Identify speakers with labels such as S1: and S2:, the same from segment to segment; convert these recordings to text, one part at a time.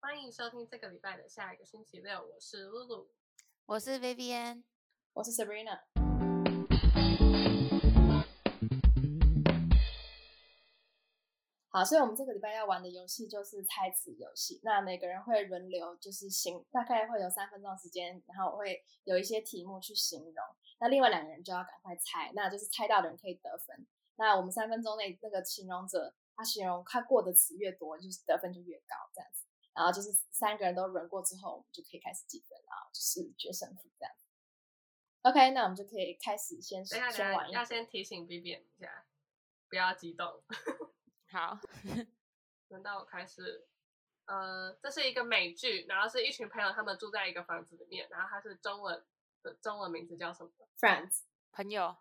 S1: 欢迎收听这个礼拜的下一个星期六，我是露露。
S2: 我是 Vivian，
S3: 我是 Sabrina。好，所以我们这个礼拜要玩的游戏就是猜词游戏。那每个人会轮流，就是形，大概会有三分钟时间，然后我会有一些题目去形容。那另外两个人就要赶快猜，那就是猜到的人可以得分。那我们三分钟内那个形容者，他形容他过的词越多，就是得分就越高，这样子。然后就是三个人都轮过之后，我们就可以开始计分，然后就是决胜负这样。OK，那我们就可以开始先
S1: 等一下，
S3: 先
S1: 等
S3: 玩
S1: 一
S3: 一
S1: 下，要先提醒 B B 一下，不要激动。
S2: 好，
S1: 轮到我开始。呃，这是一个美剧，然后是一群朋友，他们住在一个房子里面，然后它是中文的中文名字叫什么？
S3: France，
S2: 朋友，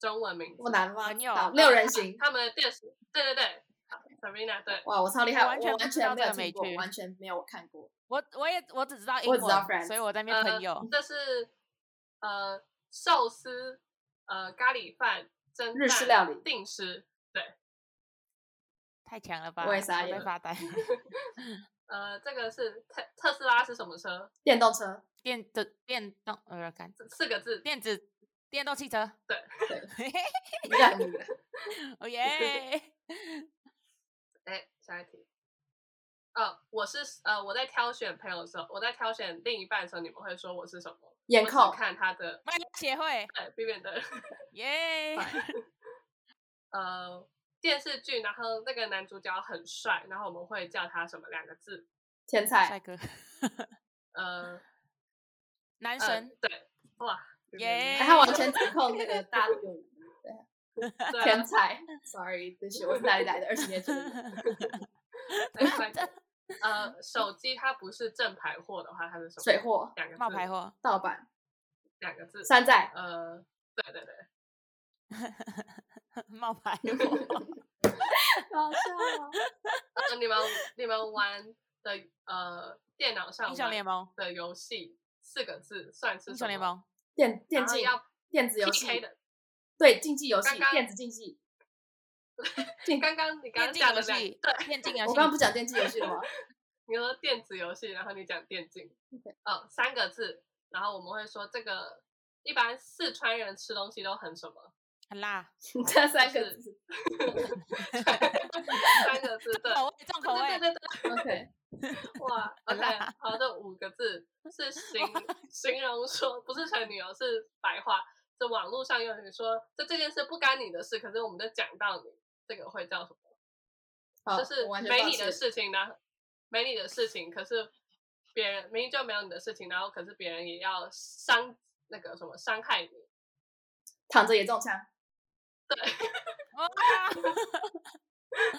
S1: 中文名字
S3: 我难忘
S2: 朋友
S3: 到六人行。
S1: 他们的电视，对对对好，Sabrina 对，
S3: 哇，我超厉
S2: 我
S3: 害，
S2: 完全
S3: 我
S2: 不
S3: 完
S2: 知道
S3: 全没有
S2: 这个美
S3: 听过，
S2: 剧
S3: 完全没有看过。
S2: 我我也我只知道英
S3: 我
S2: 文，
S3: 只知道 friends
S2: 所以我在那边
S1: 呃
S2: 朋友，，
S1: 这是呃寿司，呃咖喱饭，蒸
S3: 日式
S1: 蛋
S3: 料理
S1: 定时，
S2: 太强了吧？
S3: 我也傻眼
S2: 在
S3: 了
S2: 发呆。
S1: 呃，这个是特特斯拉是什么车？
S3: 电动车，
S2: 电的电动呃，干
S1: 这四个字，
S2: 电子电动汽车，
S1: 对
S2: 对，
S3: 你看你的，
S2: 哦耶！
S1: 哎，下一题。哦，我是呃，我在挑选朋友的时候，我在挑选另一半的时候，你们会说我是什么？
S3: 眼
S1: 我只
S3: 控
S1: 看他的
S2: 麦乐协会，
S1: 对 B 面的
S2: 耶！
S1: 呃电视剧，然后那个男主角很帅，然后我们会叫他什么两个字？
S3: 天
S2: 帅
S3: 才，
S2: 哥，
S1: 呃，
S2: 男
S1: 嗯
S2: 神，
S1: 对，哇，
S2: 耶
S3: 哎他完全掌控那个大 陆用语，
S1: 对啊
S3: 天才。Sorry，对不起，我是哪里来的？二十年前的 人，
S1: 对快点 呃，手机它不是正牌货的话，它是什么？
S3: 水货、
S1: 两个字
S2: 冒牌货，
S3: 盗版、
S1: 两个字。
S3: 山寨，
S1: 呃，对对对，
S2: 冒牌货，
S3: 好笑
S2: 哦
S3: 啊！
S1: 呃，你们你们玩的呃电脑上
S2: 英雄联
S1: 玩
S2: 盟，
S1: 的游戏四个字算是
S2: 英
S1: 什
S2: 雄
S1: 么？
S2: 联盟，
S3: 电电
S1: 然后
S3: 竞、
S1: 要
S3: 电子游戏，
S1: PK 的。
S3: 对竞技游戏
S1: 刚刚、
S3: 电子竞技。
S1: 你刚刚你刚刚
S2: 电竞
S1: 讲
S2: 游
S1: 的两
S2: 戏
S1: 对，，
S2: 电竞游戏，
S3: 我刚刚不讲电竞游 戏了吗？
S1: 你说电子游戏，然后你讲电竞
S3: OK，
S1: 嗯，三个字，然后我们会说这个一般四川人吃东西都很什么？
S2: 很辣，
S3: 这三个字
S1: 三个字，对
S2: 重， 口
S1: 对
S2: 味，重口
S1: 对
S2: 味，
S1: 对对
S3: ，OK，
S1: 哇
S2: 很
S1: ，OK，
S2: 辣
S1: 好，这五个字是形形容说，不是成语哦，是白话。这网络上用语说，这这件事不干你的事，可是我们就讲到你，这个会叫什么？
S3: 好，
S1: 就是
S3: 我完全
S1: 没
S3: 抱
S1: 你的
S3: 歉
S1: 事情呢，没你的事情，可是别人明明就没有你的事情，然后可是别人也要伤那个什么伤害你，
S3: 躺着也中枪，
S2: 哇，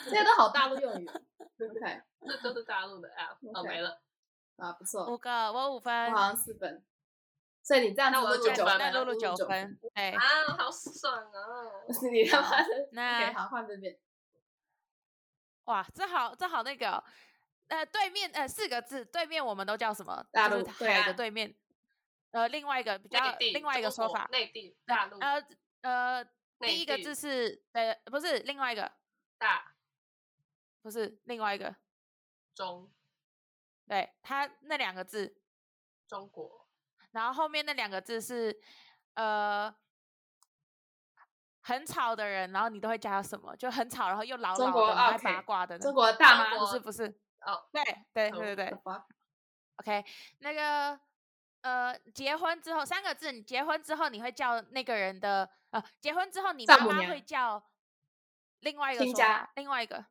S3: 这些都好大陆用语。OK，
S1: 这都是大陆的 app 哦，
S3: OK
S1: 没了。
S3: 啊，不错，
S2: 五个，我五分
S3: 我，好像四分，所以你这样子
S1: 那我
S3: 录
S1: 九
S3: 就
S1: 分
S3: 九分，啊
S2: 那露哎
S3: 录
S2: 露九，分，对，
S1: 啊，好爽啊！
S3: 你他妈的，
S2: 那
S3: OK，好换这边，
S2: 哇，这好这好那个哦、呃，对面呃四个字，对面我们都叫什么？
S3: 大
S2: 就是
S3: 陆对
S2: 海的
S3: 啊
S2: 对面，呃，另外一个比较
S1: 内地，
S2: 另外一个
S1: 中
S2: 说
S1: 国
S2: 法，
S1: 内地大陆
S2: 呃呃，
S1: 内
S2: 第一个
S1: 地
S2: 字是呃不是另外一个，
S1: 大
S2: 不是另外一个，
S1: 中
S2: 对，它那两个字，
S1: 中国
S2: 然后后面那两个字是呃。很吵的人，然后你都会叫他什么？就很吵，然后又老
S3: 中
S2: 老
S3: 国
S2: 的，然后还
S3: OK，
S2: 八卦的那
S3: 中
S2: 种。
S3: 国大
S1: 中
S3: 妈
S1: 国
S2: 不是不是，
S1: 哦，
S2: 对对
S1: 哦
S2: 对对对
S3: What，the fuck？
S2: OK，那个呃，结婚之后三个字，你结婚之后你会叫那个人的呃，结婚之后你妈
S3: 丈母
S2: 妈
S3: 娘
S2: 会叫另外一个
S3: 亲
S2: 说
S3: 家
S2: 法另外一个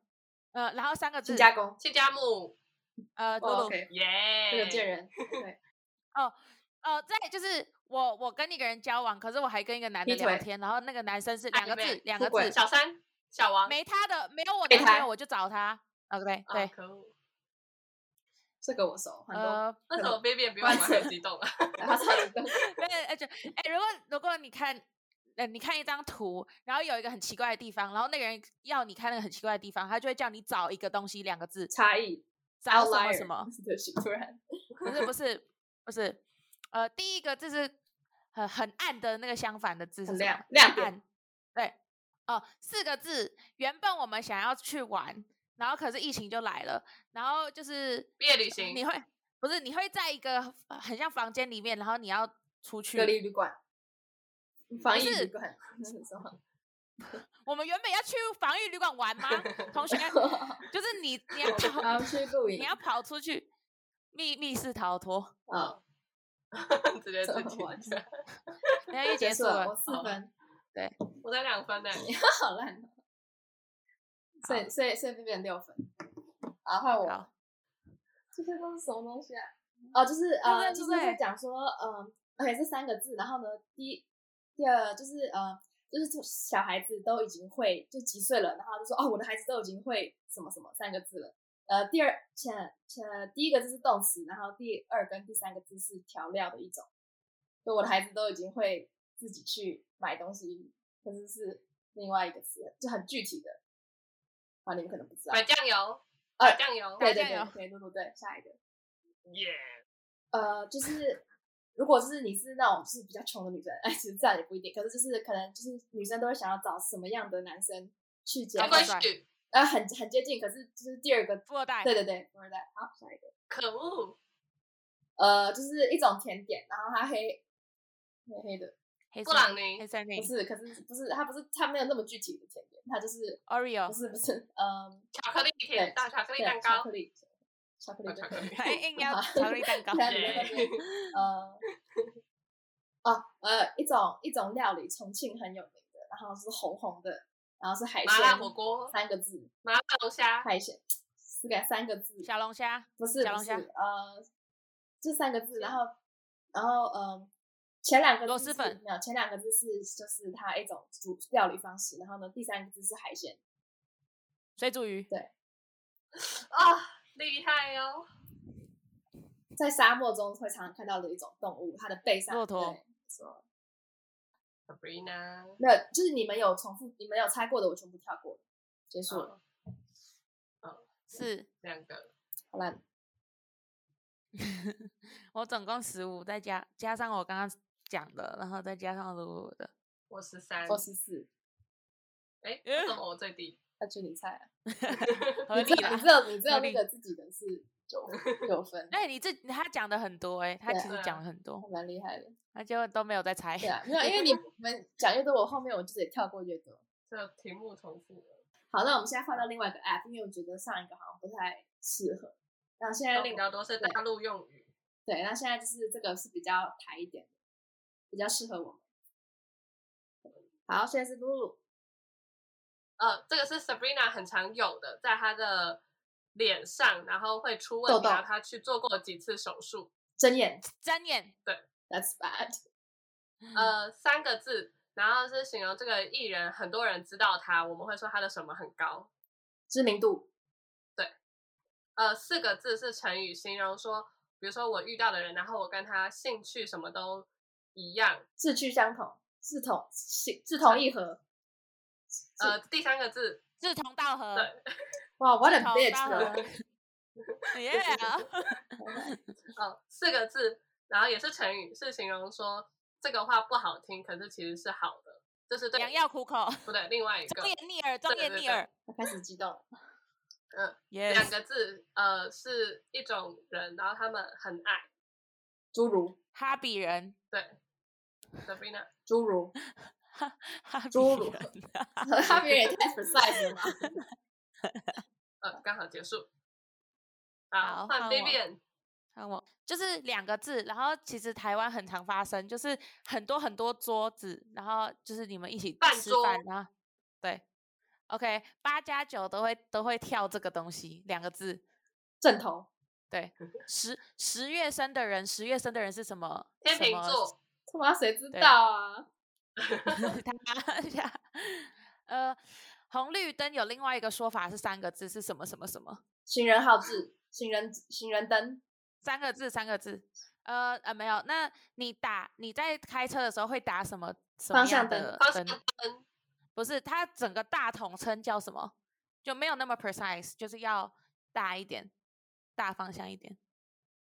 S2: 呃，然后三个字
S3: 新加工
S1: 戚家木
S2: 呃，露
S3: 哦
S2: 露
S3: ，OK，
S1: 耶，
S2: 哎
S3: 这个贱人，OK，
S2: 呃，再就是我我跟一个人交往，可是我还跟一个男的
S3: 劈
S2: 聊
S3: 腿
S2: 天，然后那个男生是
S1: 暧
S2: 两个字
S1: 昧
S2: 两
S3: 出
S2: 个
S3: 轨
S2: 字，
S1: 小三小王，
S2: 没他的没有我的
S3: 备
S2: 朋
S3: 胎
S2: 友我就找他，OK
S1: 啊
S2: 对，
S1: 可恶，
S3: 这个我熟，很多，
S2: 呃，
S1: 那什么 baby 比我
S3: 完
S1: 们还
S3: 全
S1: 激动啊？
S3: 然后超级多，
S2: 对，而且哎，如果如果你看，呃，你看一张图，然后有一个很奇怪的地方，然后那个人要你看那个很奇怪的地方，他就会叫你找一个东西两个字，
S3: 差 异
S2: 找什么
S3: outlier
S2: 什么，？
S3: 对不起，突然
S2: 不 是不是不是，呃，第一个字是很很暗的那个相反的字是
S3: 很
S2: 什么
S3: 亮亮点
S2: 暗，对，哦、四个字，原本我们想要去玩，然后可是疫情就来了，然后就是
S1: 毕业旅行
S2: 你会不是你会在一个呃很像房间里面，然后你要出去
S3: 隔。离旅馆，防疫
S2: 是
S3: 旅 馆，那是什么？
S2: 我们原本要去防疫旅馆玩吗？ 同学，就是你你要
S3: 然
S2: 跑
S3: 后，去露营
S2: 你，要跑出去密密室逃脱。
S3: 啊，
S1: 直接自己
S3: 这么晚
S1: 讲
S2: 然后就结
S3: 结
S2: 束
S3: 束
S2: 了
S3: 我。四分，
S1: 我才两分呢，
S3: 好烂哦。所以所以所以被别人六分，啊，换我。
S2: 好，
S3: 这些都是什么东西啊？哦，就是
S2: 对
S3: 呃，
S2: 对
S3: 就是
S2: 对
S3: 在讲说，嗯、呃、，OK，这三个字，然后呢，第一，第二就是呃，就是从小孩子都已经会就几岁了，然后就说哦，我的孩子都已经会什么什么三个字了。呃，第二前前第一个字是动词，然后第二跟第三个字是调料的一种。就我的孩子都已经会自己去买东西，可是是另外一个词，就很具体的。啊，你们可能不知道
S1: 买。酱油，
S3: 哎
S1: 买酱油，
S3: 对对
S2: 打酱
S3: 对
S2: 油
S3: 对，露露对，下一个。
S1: 耶，
S3: 呃，就是如果是你是那种就是比较穷的女生，哎，其实这样也不一定，可是就是可能就是女生都会想要找什么样的男生去结
S1: 没
S3: 婚
S2: 乖，
S1: 关
S2: 乖
S1: 系，
S3: 呃，很很接近，可是就是第二个，
S2: 富二代
S3: 对对对，富二代，好，下一个，
S1: 可恶，
S3: 呃，就是一种甜点，然后它黑黑黑的，
S2: 黑
S1: 布
S2: 森
S1: 朗尼
S2: 黑森林
S3: 不是，可是不是，它不是它没有那么具体的甜点，它就是不
S2: Oreo，
S3: 是不是， 嗯，
S1: 巧克力
S3: 对
S1: 甜，大巧克力
S3: 对
S1: 蛋
S3: 巧
S1: 糕
S3: 克，力，巧克力
S1: 大
S3: 对
S1: 巧克力，
S2: 还硬要
S3: 好。
S2: 巧克力蛋糕
S3: 对
S1: 耶
S3: 对对 呃，哦，呃，一种一种料理，重庆很有名的，然后是红红的，然后是海
S1: 麻
S3: 鲜，
S1: 辣火锅，
S3: 三个字，
S1: 麻辣龙虾，
S3: 海鲜四个三个字，
S2: 小龙虾，
S3: 不是
S2: 小
S3: 不
S2: 龙
S3: 是，
S2: 虾
S3: 呃，就三个字，然后然后呃，前两个字
S2: 螺蛳
S3: 是
S2: 粉
S3: 没有，前两个字是就是它一种煮料理方式，然后呢，第三个字是海鲜，
S2: 水煮鱼，
S1: 啊，厉害哦，
S3: 在沙漠中会常常看到的一种动物，它的背上
S2: 骆驼
S3: 对说
S1: Sabrina，
S3: 没有，就是你们有重复，你们有猜过的，我全部跳过，结束了。
S1: 嗯
S2: 是
S1: 两个，
S3: 好烂，
S2: 我总共十五，再加加上我刚刚讲的，然后再加上鲁鲁的，
S1: 我十三，
S3: 我十四，
S1: 哎，
S2: 嗯
S1: 为什么我最低？
S3: 那就你猜、啊，
S2: 合
S3: 你
S2: 理
S3: 只有你
S2: 啦
S3: 只。有你只有
S2: 合
S3: 那
S2: 理
S3: 个自己的是九九分，
S2: 对，哎你这他讲的很多哎、他
S3: 对
S2: 其实
S1: 啊
S2: 讲了很多，
S3: 蛮厉害的。
S2: 他结果都没有在猜。
S3: 对啊，没有，因为 你们讲越多，我后面我就是也跳过越多。
S1: 这题目重复了，
S3: 好，那我们现在换到另外一个 app，因为我觉得上一个好像不太适合。那现在
S1: 都比
S3: 另
S1: 较多是大陆用语，
S3: 对，那现在就是这个是比较台一点的，比较适合我们。好，现在是露露，
S1: 呃，这个是 Sabrina 很常有的，在她的脸上，然后会出问
S3: 痘
S1: 题，
S3: 痘
S1: 然后她去做过几次手术，
S3: 睁眼
S2: 睁眼，
S3: ，That's bad。
S2: 嗯
S1: 呃，三个字，然后是形容这个艺人，很多人知道他，我们会说他的什么很高。
S3: 知名度，
S1: 呃，四个字是成语，形容说，比如说我遇到的人，然后我跟他兴趣什么都一样。
S3: 志趣相同，志同志同意合。
S1: 呃，第三个字，
S2: 志同道合，
S1: 对，
S3: 哇，What a
S2: 志同
S3: bitch！
S2: 道
S3: though
S2: 合，Yeah，
S1: 呃，四个字，然后也是成语，是形容说这个话不好听，可是其实是好的，这是对
S2: 良药苦 口，
S1: 不对，另外一个
S2: 忠言逆耳，忠
S1: 对
S2: 言
S1: 对
S2: 逆
S1: 对
S2: 耳
S3: 我开始激动了。
S1: 两
S2: ，Yes，
S1: 个字，呃，是一种人，然后他们很矮，
S3: 侏儒，
S2: 哈比人，
S1: 对，Sabrina。
S3: 侏儒，
S2: 哈比
S3: 侏儒
S2: 人，
S3: 他别人也太 precise 了吧？
S1: 呃，刚好结束。
S2: 好
S1: 换
S2: 换
S1: v i
S2: 我
S1: v i n
S2: 看我就是两个字，然后其实台湾很常发生，就是很多很多桌子，然后就是你们一起
S1: 饭
S2: 吃
S1: 桌
S2: 饭，然后对，OK，八加九都会都会跳这个东西，两个字。
S3: 正头，
S2: 十十月生的人，十月生的人是什么？
S1: 天
S2: 什
S1: 秤
S2: 么
S1: 座，
S3: 他妈谁知
S2: 对
S3: 道啊？
S2: 他下，呃，红绿灯有另外一个说法是三个字，是什么什么什么？
S3: 行人好志，行人行人灯，
S2: 三个字，三个字。呃呃，没有。那你打你在开车的时候会打什么什么
S3: 方
S2: 样
S3: 向灯
S2: 的
S1: 方向
S2: 灯？
S1: 灯，
S2: 不是，它整个大统称叫什么？就没有那么 precise，就是要大一点，大方向一点。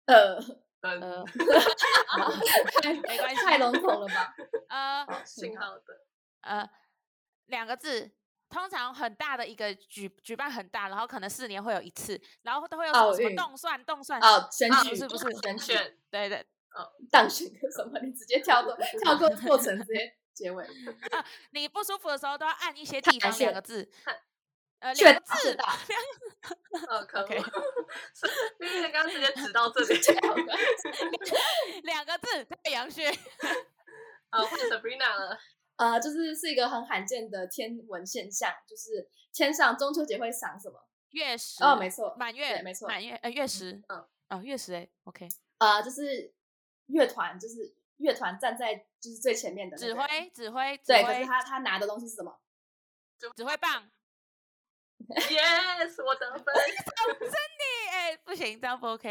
S3: 呃，
S1: 灯
S2: 呃 没关系
S1: 哦
S3: 太笼统了吧？
S2: 呃
S3: 好
S1: 信号灯，
S2: 呃，两个字，通常很大的一个举举办很大，然后可能四年会有一次，然后都会有什么
S3: 奥
S2: 什么
S3: 运
S2: 动算动算，
S3: 哦，选
S2: 啊
S3: 举
S2: 不是不是
S3: 选举
S1: 选
S2: 对对，
S3: 当选个什么，你直接跳过跳过过程，直接结尾。
S2: 你不舒服的时候都要按一些地方
S3: 穴
S2: 两个字
S1: 看，
S2: 呃，
S3: 穴
S2: 两个
S3: 道穴
S2: 字
S3: 道
S2: 吧，两
S1: 呃，可恶
S2: OK
S1: 是因为刚刚直接指到这里。
S2: 两个字太阳穴，
S1: 呃，换 Sabrina 了，
S3: 呃，就是是一个很罕见的天文现象，就是天上中秋节会赏什么？
S2: 月食
S3: 哦，没错，
S2: 满月
S3: 对没错
S2: 满月呃月食，
S1: 嗯
S2: 哦月食哎，OK，
S3: 呃，就是乐团，就是乐团站在就是最前面的那
S2: 指
S3: 个人
S2: 挥指挥指
S3: 对，可是
S2: 挥
S3: 他他拿的东西是什么？
S2: 指挥棒，
S1: ，yes，我得 分。
S2: 哎哎不行，这样不 OK，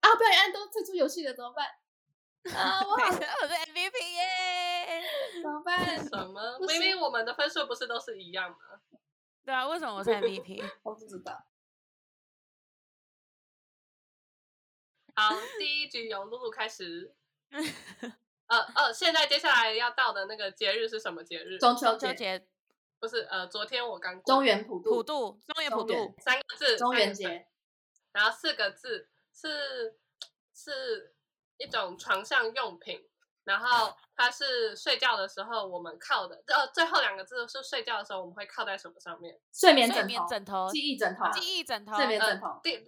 S3: 啊，不小心按都退出游戏了，怎么办？ 啊，我
S2: 我
S3: 好
S2: 是 MVP 耶，
S3: 怎么办？
S1: 什么？
S3: 不
S1: 明
S3: 行
S1: 明我们的分数不是都是一样吗？
S2: 对啊，为什么我是 MVP？
S3: 我不知道。
S1: 好，第一局由露露开 始。呃呃，现在接下来要到的那个节日是什么节日？
S3: 中秋
S2: 周
S3: 节，
S2: 杰
S1: 不是呃，昨天我刚过
S3: 中原普
S2: 普
S3: 渡，
S2: 渡，中原
S3: 中
S2: 普
S3: 原
S2: 渡，
S1: 三个字，
S3: 中
S1: 三
S3: 元
S1: 个字，
S3: 节，
S1: 然后四个字是是一种床上用品，然后它是睡觉的时候我们靠的，呃，最后两个字是睡觉的时候我们会靠在什么上面？
S3: 睡眠
S2: 睡
S3: 枕
S2: 眠
S3: 头，
S2: 枕头，
S3: 记忆枕头，
S2: 记忆枕头，
S3: 睡眠
S1: 呃
S3: 枕头，
S1: 第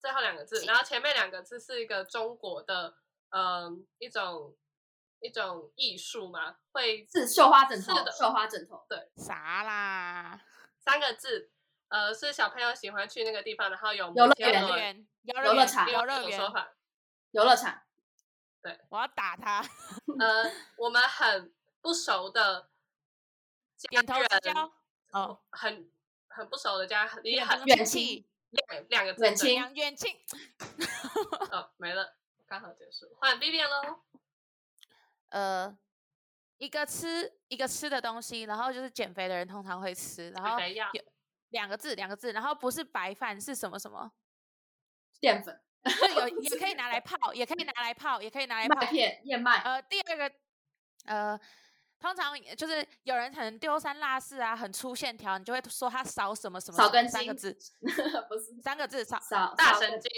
S1: 最后两个字，然后前面两个字是一个中国的，嗯、一种一种艺术嘛，会
S3: 是绣花枕头
S1: 是的，
S3: 绣花枕头，
S2: 啥啦？
S1: 三个字，呃，是小朋友喜欢去那个地方，然后有
S3: 游乐
S1: 摩天
S2: 游乐
S1: 轮，
S2: 园，游
S3: 游
S2: 乐
S3: 乐
S2: 园
S3: 场
S1: 也
S2: 游
S1: 有
S2: 乐
S1: 这种说
S2: 园，
S1: 法。
S3: 游乐场，
S2: 我要打他，
S1: 呃，我们很不熟的家
S2: 点头之
S1: 人
S2: 交，哦，
S1: 很很不熟的家，很也
S2: 点
S1: 很
S2: 头
S3: 远
S2: 之
S3: 亲
S2: 气，
S1: 两两个字，
S3: 远亲
S2: 两远亲。
S1: 对哦，没了，刚好结束，换 Vivian 喽。
S2: 呃，一个吃一个吃的东西，然后就是减肥的人通常会吃，然
S1: 减
S2: 后
S1: 肥药
S2: 有两个字，两个字，然后不是白饭是什么什 么，
S3: 淀粉，
S2: 就有也可以拿来泡，也可以拿来泡，也可以拿来泡
S3: 麦。片、燕麦，
S2: 呃，第二个，呃，通常就是有人可能丢三落四啊，很粗线条，你就会说他少什么什么
S3: 少
S2: 什么
S3: 根
S2: 三个
S3: 筋
S2: 字，
S3: 不是
S2: 三个字少。
S3: 少
S1: 大
S3: 少
S1: 神
S3: 根
S1: 经，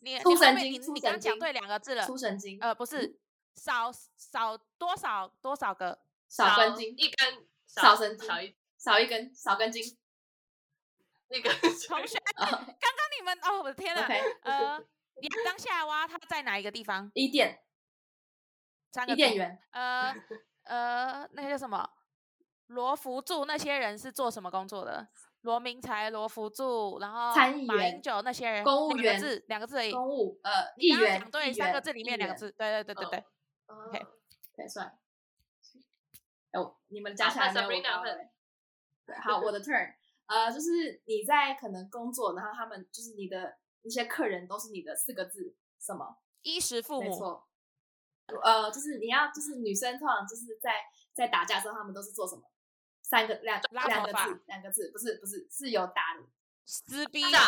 S2: 你
S3: 粗
S2: 你后
S3: 神
S2: 面
S3: 经
S2: 你
S3: 粗
S2: 你刚
S3: 神
S2: 讲
S3: 经
S2: 对两个字了，
S3: 粗神经，
S2: 呃，不是少少多少多少 个
S3: 少根筋，
S1: 一根
S3: 少神经
S1: 少一
S3: 少一根，少根筋
S1: 一根
S2: 同学，刚刚你们哦，我的天呐，
S3: ，OK，
S2: 呃，亚当夏娃他在哪一个地方？
S3: 伊甸
S2: 三个
S3: 伊甸
S2: 字
S3: 园，
S2: 呃呃，那个叫什么？罗福柱那些人是做什么工作的？罗明才、罗福柱，然后
S3: 参议
S2: 马
S3: 员
S2: 英九那些人，
S3: 公务
S2: 两个
S3: 员
S2: 字两个字而已。
S3: 公务，呃，
S2: 你
S3: 议
S2: 刚刚
S3: 员
S2: 讲，对
S3: 议
S2: 三个
S3: 员
S2: 字里
S3: 议
S2: 面两个
S3: 员嗯
S2: 字，对对对对对。
S1: ，OK，
S3: 对，算了。哦，你们加
S1: 好
S3: 起来
S1: 换
S3: 没有我
S1: Sabrina
S3: 高
S1: 问
S3: 欸对，好，我的 turn。呃，就是你在可能工作，然后他们就是你的一些客人都是你的四个字什么？
S2: 衣食父
S3: 没
S2: 母，
S3: 错。呃，就是你要，就是女生通常就是在在打架的时候，他们都是做什么？三个两
S2: 拉
S3: 两
S2: 头
S3: 个
S2: 发
S3: 字，两个字，不是不是是有打的，
S2: 撕逼，
S1: 长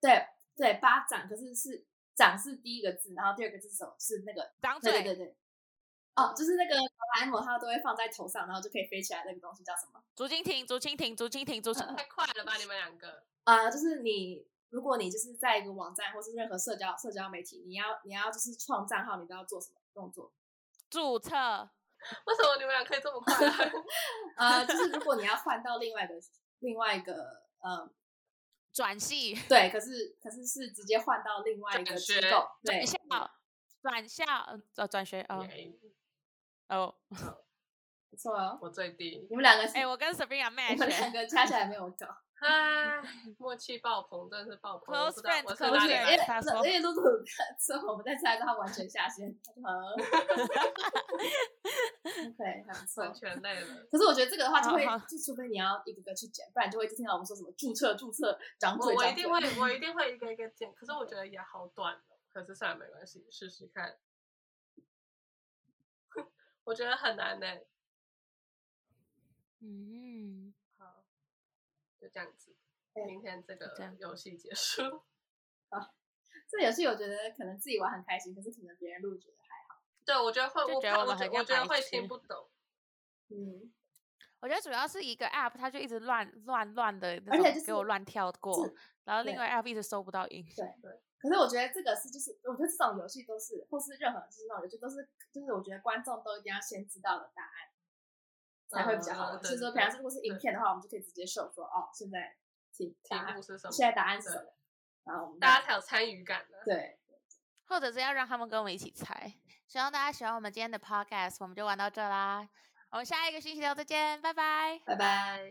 S3: 对对，巴掌，可是是掌是第一个字，然后第二个字是什么？是那个
S2: 掌
S3: 对对对
S2: 嘴，
S3: 对。哦，就是那个哆啦 A 梦，它都会放在头上，然后就可以飞起来。那个东西叫什么？
S2: 竹蜻蜓，竹蜻蜓，竹蜻蜓，竹蜻 蜓。
S1: 太快了吧，你们两个。
S3: 啊、就是你如果你就是在一个网站或是任何社交社交媒体，你要你要就是创账号，你都要做什么动作？
S2: 注册，
S1: 为什么你们俩可以这么快啊？
S3: 呃，就是如果你要换到另外一个另外一个，呃，
S2: 转系，
S3: 对，可是可是是直接换到另外一个
S1: 转
S3: 机
S1: 学
S3: 构，对
S2: 转，
S3: 嗯
S2: 校，转校，呃哦，转学，哦哦，
S3: 不错哦。
S1: 我最低，
S3: 你们两个是，
S2: 哎，我跟 Sabrina
S3: 你们
S2: match，
S3: 两
S2: 欸
S3: 个加起来没有高，
S1: 唉，默契爆棚，真是爆棚。我
S2: Close
S1: 不知道我
S2: friends，
S1: 是哪
S3: 不
S1: 里
S3: 是，因
S2: 来
S3: 为
S1: 来的？
S2: 他说
S3: 因为露露之后我们再猜，他完全下线， 他就很 OK，还不错
S1: 完。全累了。
S3: 可是我觉得这个的话就
S2: 好
S3: 会
S2: 好，
S3: 就除非你要一个个去剪，不然就会一直听到我们说什么注册、注册、掌
S1: 我
S3: 嘴、
S1: 我一
S3: 掌
S1: 定
S3: 嘴。
S1: 会，我一定会一个一个剪，可是我觉得也好短哦。可是算了，没关系，试试看。 我觉得很难呢、
S2: 嗯，
S1: 好，就这样子。
S3: 对
S1: 今天这
S2: 这
S1: 个
S2: 样
S1: 游戏结束。
S3: 这游戏我觉得可能自己玩很开心，可是可能别人录觉得还，
S1: 对，我觉得会，
S2: 就
S1: 我
S2: 觉得
S1: 怕
S2: 我
S1: 我
S2: 们
S1: 觉
S2: 很
S1: 我
S2: 像
S1: 觉得
S2: 白
S1: 会
S2: 痴
S1: 听不懂。
S3: 嗯，
S2: 我觉得主要是一个 app，它就一直乱乱乱的那
S3: 而且
S2: 种
S3: 就是
S2: 给我乱跳过，然后另
S3: 对
S2: 外 app 一直搜不到音。
S3: 可是我觉得这个是就是，我觉得这种游戏都是，或是任何就是那种游戏都是，就是我觉得观众都一定要先知道的答案，才会比较好玩。
S1: 嗯
S3: 就
S1: 对
S3: 是说，
S1: 对
S3: 比方说如果是影
S1: 对
S3: 片的话，我们就可以直接秀说哦，现在题
S1: 题
S3: 答案
S1: 目，是什么？
S3: 现在答案是
S1: 对
S3: 什么，然后我们
S1: 大家才有参与感呢。
S3: 对
S2: 或者是要让他们跟我们一起猜。希望大家喜欢我们今天的 podcast，我们就玩到这啦。我们下一个星期六再见，拜拜。
S3: 拜拜。